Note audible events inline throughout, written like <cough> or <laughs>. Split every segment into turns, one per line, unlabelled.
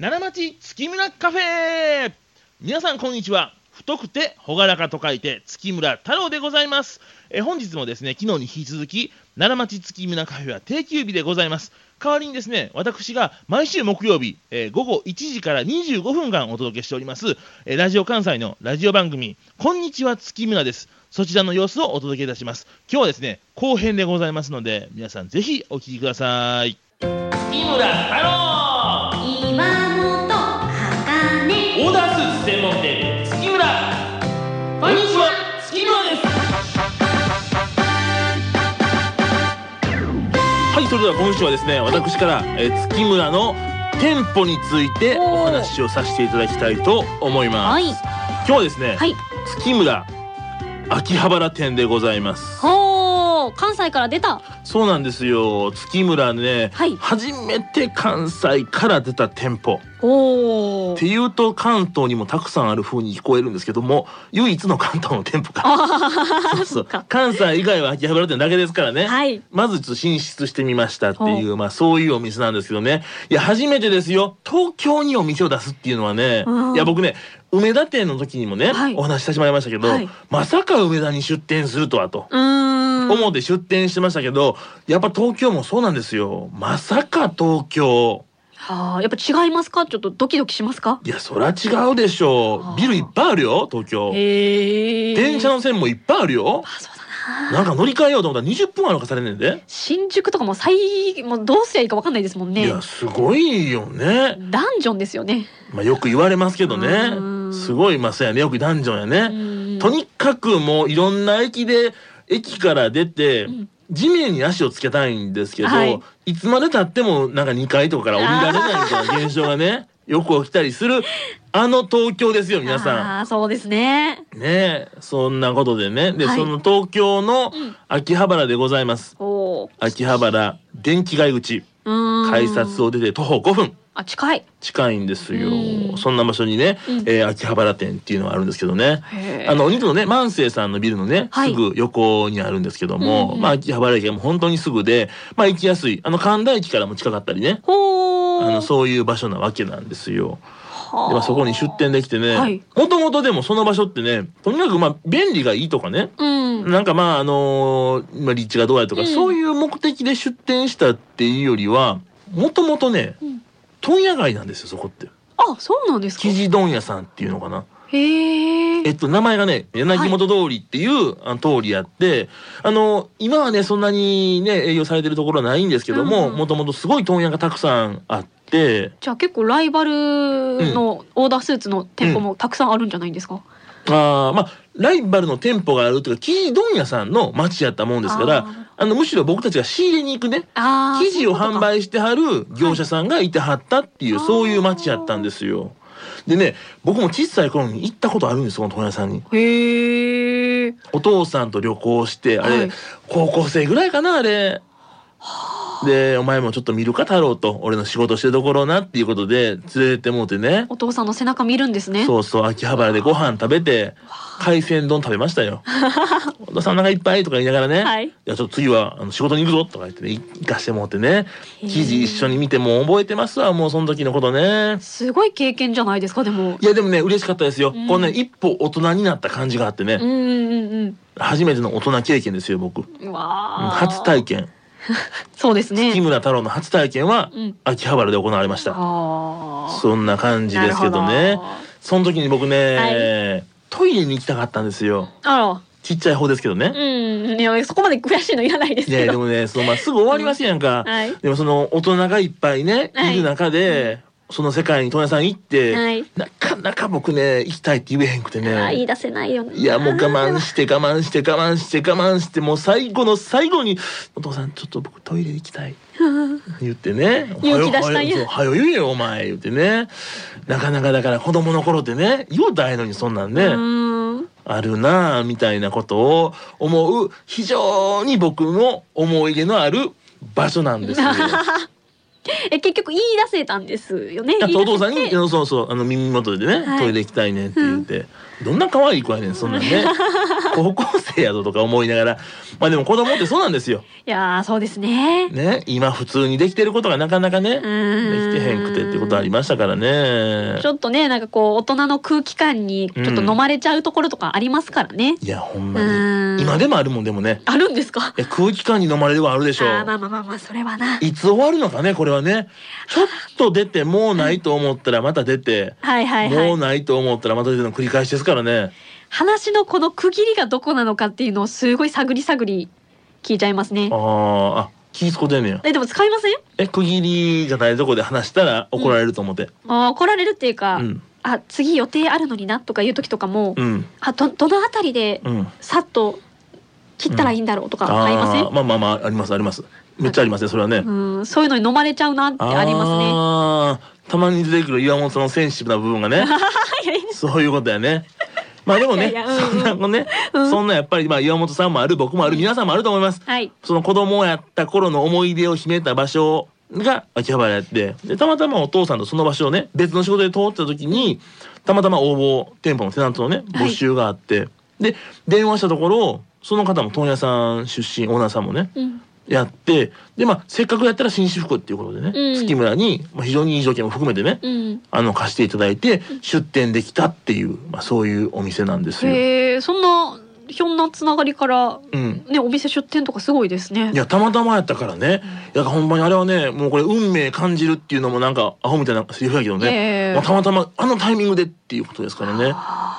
奈良町月村カフェ皆さんこんにちは太くて朗らかと書いて月村太郎でございますえー本日もですね昨日に引き続き奈良町月村カフェは定休日でございます代わりにですね私が毎週木曜日、えー午後1時から25分間お届けしております、えーラジオ関西のラジオ番組「こんにちは月村」ですそちらの様子をお届けいたします今日はですね後編でございますので皆さんぜひお聞きください月村太郎
岩本茜
オーダースーツ専門店月村こんにちは月村ですはいそれでは今週はですね私から、えー月村の店舗についてお話をさせていただきたいと思います、
はい
今日はですね、
はい
月村秋葉原店でございます
ほー関西から出た
そうなんですよ月村ね、
はい
初めて関西から出た店舗
お
って
ー
いうと関東にもたくさんある風に聞こえるんですけども唯一の関東の店舗か
あ
そうそう関西以外は秋葉原店だけですからね、
ーはい
まずちょっと進出してみましたっていうまあそういうお店なんですけどねいや初めてですよ東京にお店を出すっていうのはね、
うん
いや僕ね梅田店の時にもね、
はい
お話しさせてもらいましたけど、
はい
まさか梅田に出店するとはと。
うーん
思って出店してましたけどやっぱ東京もそうなんですよまさか東京
あーやっぱ違いますかちょっとドキドキしますか
いやそら違うでしょ
あー
うビルいっぱいあるよ東京
へえ
電車の線もいっぱいあるよ
あそうだな
なんか乗り換えようと思ったら20分は歩かされねえんで、
新宿とかも最もうどうすりゃいいかわかんないですもんね
いやすごいよね、
ダンジョンですよね
まあ、よく言われますけど
うん
ねすごいまあそうやねよくダンジョンやね、と
と
にかくもういろんな駅で駅から出て、
うん
地面に足をつけたいんですけど、
はい
い、つまでたってもなんか2階とかから降りられないみたいな現象が
<laughs>
ねよく起きたりするあの東京ですよ皆さん。
あーそうですね
ねえそんなことでねで、
はい
その東京の
うん
秋葉原でございます
おー
秋葉原電気街口
うーん
改札を出て徒歩5分
あ近い
近いんです
うん
よそんな場所にね、
うん
えー秋葉原店っていうのがあるんですけどね
へー
あのお肉のね万世さんのビルのね、
はい
すぐ横にあるんですけども、
うんうん
まあ秋葉原駅はもう本当にすぐでまあ行きやすいあの神田駅からも近かったりね
ほー
あのそういう場所なわけなんですよ。
は
で
ー
まあそこに出店できて
はい
ねもともとでもその場所ってねとにかくまあ便利がいいとかね
うん
なんかまああのーまあ立地がどうやとか、
うん
そういう目的で出店したっていうよりはもともとね
うん
問屋街なんですよそこって
あ、そうなんですか
生。地問屋さんっていうのかな
へ
え
え。
っと名前がね柳本通りっていう、あの通りあってあの今はねそんなにね営業されてるところはないんですけども
うん
もともとすごい問屋がたくさんあって
じゃあ結構ライバルのオーダースーツの店舗もたくさんあるんじゃないんですか。
あーまあライバルの店舗があるというか生地問屋さんの町やったもんですから
あー
あのむしろ僕たちが仕入れに行くね
ああ。
生地を販
っ
売してはる業者さんがいてはったっていう、
はい
そういう町やったんですよ。でね僕も小さい頃に行ったことあるんですその問屋さんに。
て。へえ。
お父さんと旅行してあれ、
はい
高校生ぐらいかなあれ。で「お前もちょっと見るか太郎」と「俺の仕事してるところな」っていうことで連れてってもうてね
お父さんの背中見るんですね。
そうそう秋葉原でご飯食べて海鮮丼食べました
<laughs>
よ。お父さんお腹いっぱいとか言いながらね、
はい
いやちょっと次はあの仕事に行くぞとか言ってねい行かしてもらってね
へー
記事一緒に見てもう覚えてますわもうその時のことね
すごい経験じゃないですかでも
い。やでもね嬉しかったですよ、
うん
このね一歩大人になった感じがあってね、
うんうんうん
初めての大人経験ですよ僕うん
うん。わあ。
初体験
そうです
木
ね。
村太郎の初体験は
うん。
秋葉原で行われました
ああ。
そんな感じですけど
なる
ね
ほど
その時に僕ね、
は
トイレに行きたかったんですよ
あ
ちっちゃい方ですけどね、
ら。うん。いやそこまで悔しいのいらないです
いや
け
いやで
ど。
も
<laughs>
ねそのまあすぐ終わりますやんか、
はい。
でもその大人がいっぱいね、
はい
い、る中で、その世界に問屋さん行って、
はい。
なかなか僕ね行きたいって言えへんくて
あー言い
ね
出せないよね。
いやもう我慢して我慢して我慢して我慢してもう最後の最後に「お父さんちょっと僕トイレ行きたい」言ってね「
<laughs> 勇気出したん
はよはよ
や
そうはよ言えよお前」言ってねなかなかだから子供の頃ってね言おうたいのにそんなんね、
うん。
あるなあみたいなことを思
<laughs>
う非常に僕の思い出のある場所なんですよ。
<laughs> え結局言い出せたんですよね。
だってお父さん
言い
に
出せて
そうそうあの耳元でね、
はい
トイレ行きたいねって言って、どんな可愛い子やねんそんなん
<laughs>
ね高校生やぞとか思いながらまあでも子供ってそうなんですよ。
いやーそうですね。
ね今普通にできてることがなかなかねで
うーん
きてへんくてってことありましたからね
<laughs> ち。ょっとねなんかこう大人の空気感にちょっと飲まれちゃうところとかありますからね。
いやほん
う
まに
ーん
今でもあるもんでもね
あるんですか。
いや空気感に飲まれるはあるでしょう。
あーまあまあまあまあそれはな。
いつ終わるのかねこれはねちょっと出てもうないと思ったらまた出て、
はいはいは
もう
い。
ないと思ったらまた出ての繰り返しですからね。
話のこの区切りがどこなのかっていうのをすごい探り探り聞いちゃいますね
あ。ーあ気ぃ使うてんねや。
えでも使いません？
え区切りじゃないとこで話したら怒られると思って。
あー怒られるっていう
う
か、
ん
あ次予定あるのになとかいう時とかも、
うん
あどどのあたりで
うん。
さっと切ったらいいんだろうとか
あ
ありません
ー、まあまあまあありますあります。めっちゃありますねそれはね。
うん、そういうのに飲まれちゃうなってありますね。
あーたまに出てくる岩本さんのセンシティブな部分がね
<laughs> いやい
そういうことやね。ま <laughs> あでもね
いやいやうんうん
そんなのね、
うん
そんなやっぱりまあ岩本さんもある僕もある皆さんもあると思います。
やはい、
その子供やった頃の思い出を秘めた場所が秋葉原やってでたまたまお父さんとその場所をね別の仕事で通った時にたまたま応募店舗のテナントのね
はい
募集があって、で電話したところその方も問屋さん出身オーナーさんもね
うん、
やってで、まあ、せっかくやったら紳士服っていうことでね、
うん
月村に、まあ、非常にいい条件も含めてね
うん、
あの貸していただいて出店できたっていう、まあ、そういうお店なんですよ。
へえ、そんなひょんなつながりから
うん、
ね、お店出店とかすごいですね
い。やたまたまやったからねいやほんまにあれはねもうこれ運命感じるっていうのもなんかアホみたいなセリフやけどね、
え
もうたまたまあのタイミングでっていうことですからね。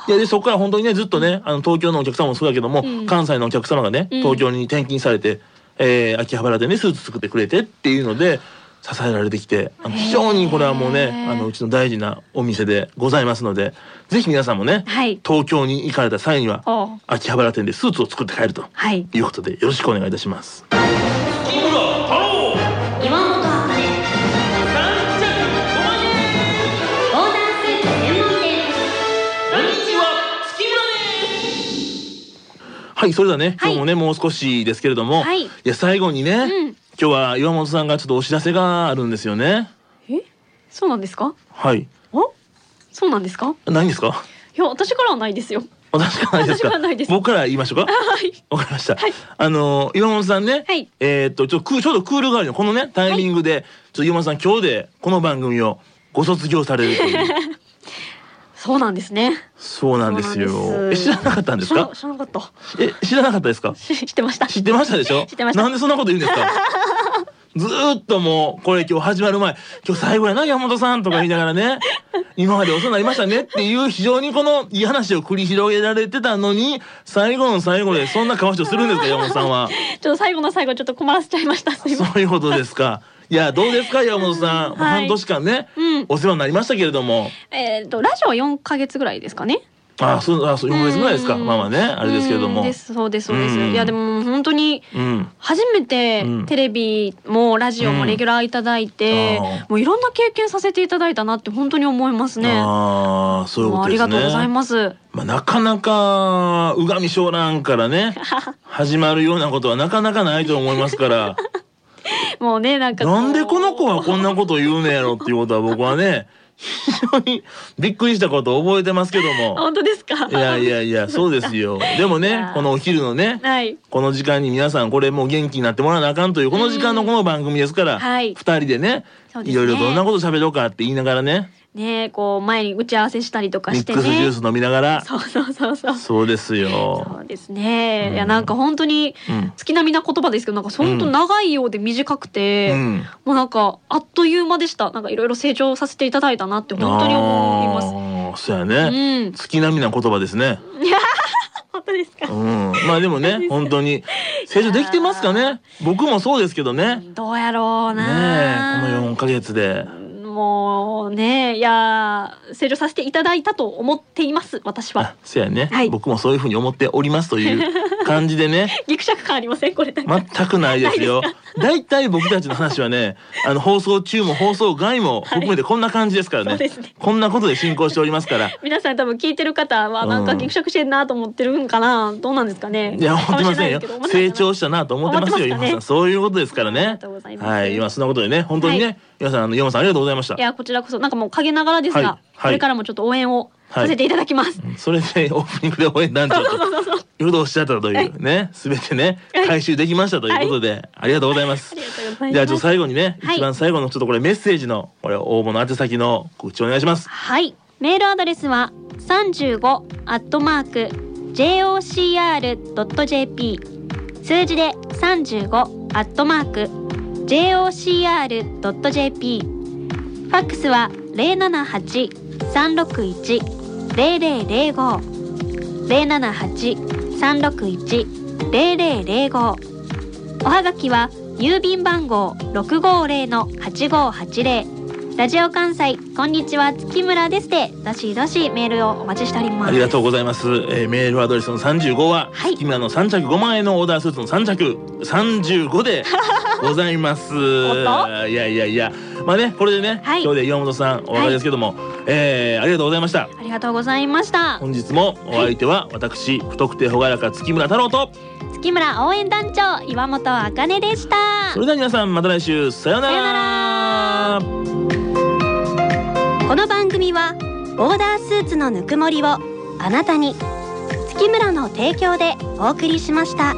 いやでそこから本当にねずっとねあの東京のお客様もそうだけども、
うん
関西のお客様がね
うん
東京に転勤されて、えー秋葉原でねスーツ作ってくれてっていうので支えられてきてあの
へー
非常にこれはもうねあのうちの大事なお店でございますのでぜひ皆さんもね
はい、
東京に行かれた際には
ああ、
秋葉原店でスーツを作って帰ると
はい、
いうことでよろしくお願いいたします。
岩本茜オーダースーツ専門店
はい、それではね、
は
今
い
日もね、もう少しですけれども、
はい
や、最後にね、
ん
今日は岩本さんがちょっとお知らせがあるんですよね。
え、そうなんですか？
はい、
お、そうなんですか？
ないんですか。 <laughs>
いや、私からはないですよ。
私からないですか。
私からないです
僕から言いましょうか。
はい、
わかりました。あの、岩本さんね、
はい
えーっと、ちょっとクー、ちょうどクール代わりのこのね、タイミングで、ちょっと岩本さん、今日で、この番組を。ご卒業されると
<laughs>
いう。
そうなんですね。
そうなんですよ。
そうなんです
え、知らなかったんですか
知ら。知らなかっ
え、知らなかったですか。
た。し知ってました。
知ってましたでしょ
知ってました
なんでそんなこと言うんですかずーっともうこれ今日始まる前今日最後やな山本さんとか言いながらね今までお世話になりましたねっていう非常にこのいい話を繰り広げられてたのに最後の最後でそんな顔してするんですか山本さん
<laughs>
は
<laughs> ちょっと最後の最後ちょっと困らせちゃいました。すいません。
そういうことですかいやどうですか山本さん、もう
はい
半年間ね
うん。
お世話になりましたけれども
えっ、とラジオは4ヶ月ぐらいですかね。
ああそうあそう4ヶ月ぐらいですか
うん
まあまあねあれですけれど
う
も
んですそうですそうです。
うん
いやでも本当に
うん
初めて
うん
テレビもラジオもレギュラーいただいて、
うんああ
もういろんな経験させていただいたなって本当に思いますね。
ああそういうこ
もう
と
あ
です
り
ね
がとうございます。
まあ、なかなか宇上昇蘭から
<laughs>
ね始まるようなことはなかなかないと思いますから
もうねなんか
なんでこの子はこんなこと言うねやろっていうことは僕はね非常にびっくりしたことを覚えてますけども
<laughs> 本当ですか。
いやいやいやそうですよでも
い
ね
や
このお昼のね
はい
この時間に皆さんこれもう元気になってもらわなあかんというこの時間のこの番組ですから
はい
二人でね
そうですね
いろいろどんなこと喋ろうかって言いながらね
ねこう前に打ち合わせしたりとか
ミ
し
ッ
て
クスジュ
ね
ー。ス飲みながら
そうそうそうそう。
そうですよ
そうですね。
うん
いやなんか本当に
うん
月並みな言葉ですけどなんか本当長いようで短くて、
うん
もうなんかあっという間でした。なんかいろいろ成長させていただいたなって本当に思います。
ます。そうやね。
うん。
月並みな言葉ですね。
本当です
う。
か
ん。まあでも
<laughs>
ね、本当に成長できてますかね。僕もそうですけどね。ね
どうやろう
え、こ
な。
の四ヶ月で。
もうねいやー成長させていただいたと思っています私は
あ、そうやね、
はい
僕もそういうふうに思っておりますと
<laughs>
いう感じでね。
ギクシャク感ありませんこれなんか、
全くないですよ。だいたい僕たちの話はね、あの放送中も放送外も含めてこんな感じですからね。
<laughs> そうですね
こんなことで進行しておりますから。
皆さん多分聞いてる方はなん
う
か
ん
ギクシャクしてんなと思ってるんかなどうなんですかね
いや、思ってませんよ
かも。しれないですけど
成長したなと思ってますよ、
思ってますかね
今さん。そういうことですから
あり
ね
が。とうございます
はい、今そんなことでね、本当にね、
はい
皆さんあの山さんありがとうございました
いやこちらこそなんかもう陰ながらですが、
はいはい
これからもちょっと応援をさせていただきます、
それでオープニングで応援団
<laughs>
長と夜通しちゃったというねすべてね
はい
回収できましたということで、ありがとうございます
ありがとうございます
じゃあちょっと最後にね、
はい
一番最後のちょっとこれメッセージのこれ応募の宛先の告知お願いします
はい、メールアドレスは三十五アットマーク j o c r ドット j p 数字で三十五アットマーク j o c r ドット j p ファックスは零七八三六一零零零五零七八三六一零零零五おはがきは郵便番号六五零の八五八零ラジオ関西こんにちは月村ですでどしどしメールをお待ちしております
ありがとうございます、えーメールアドレスの35は、
はい
月村の3着5万円のオーダースーツの3着35で
<laughs>
ございますいやいやいやまあねこれでね、
はい
今日で岩本さんお別れですけども、えーありがとうございました
ありがとうございました
本日もお相手は私、太くて朗らか月村太郎と
月村応援団長岩本茜でした
それでは皆さんまた来週さような
さような
ら
この番組はオーダースーツのぬくもりをあなたに月村の提供でお送りしました。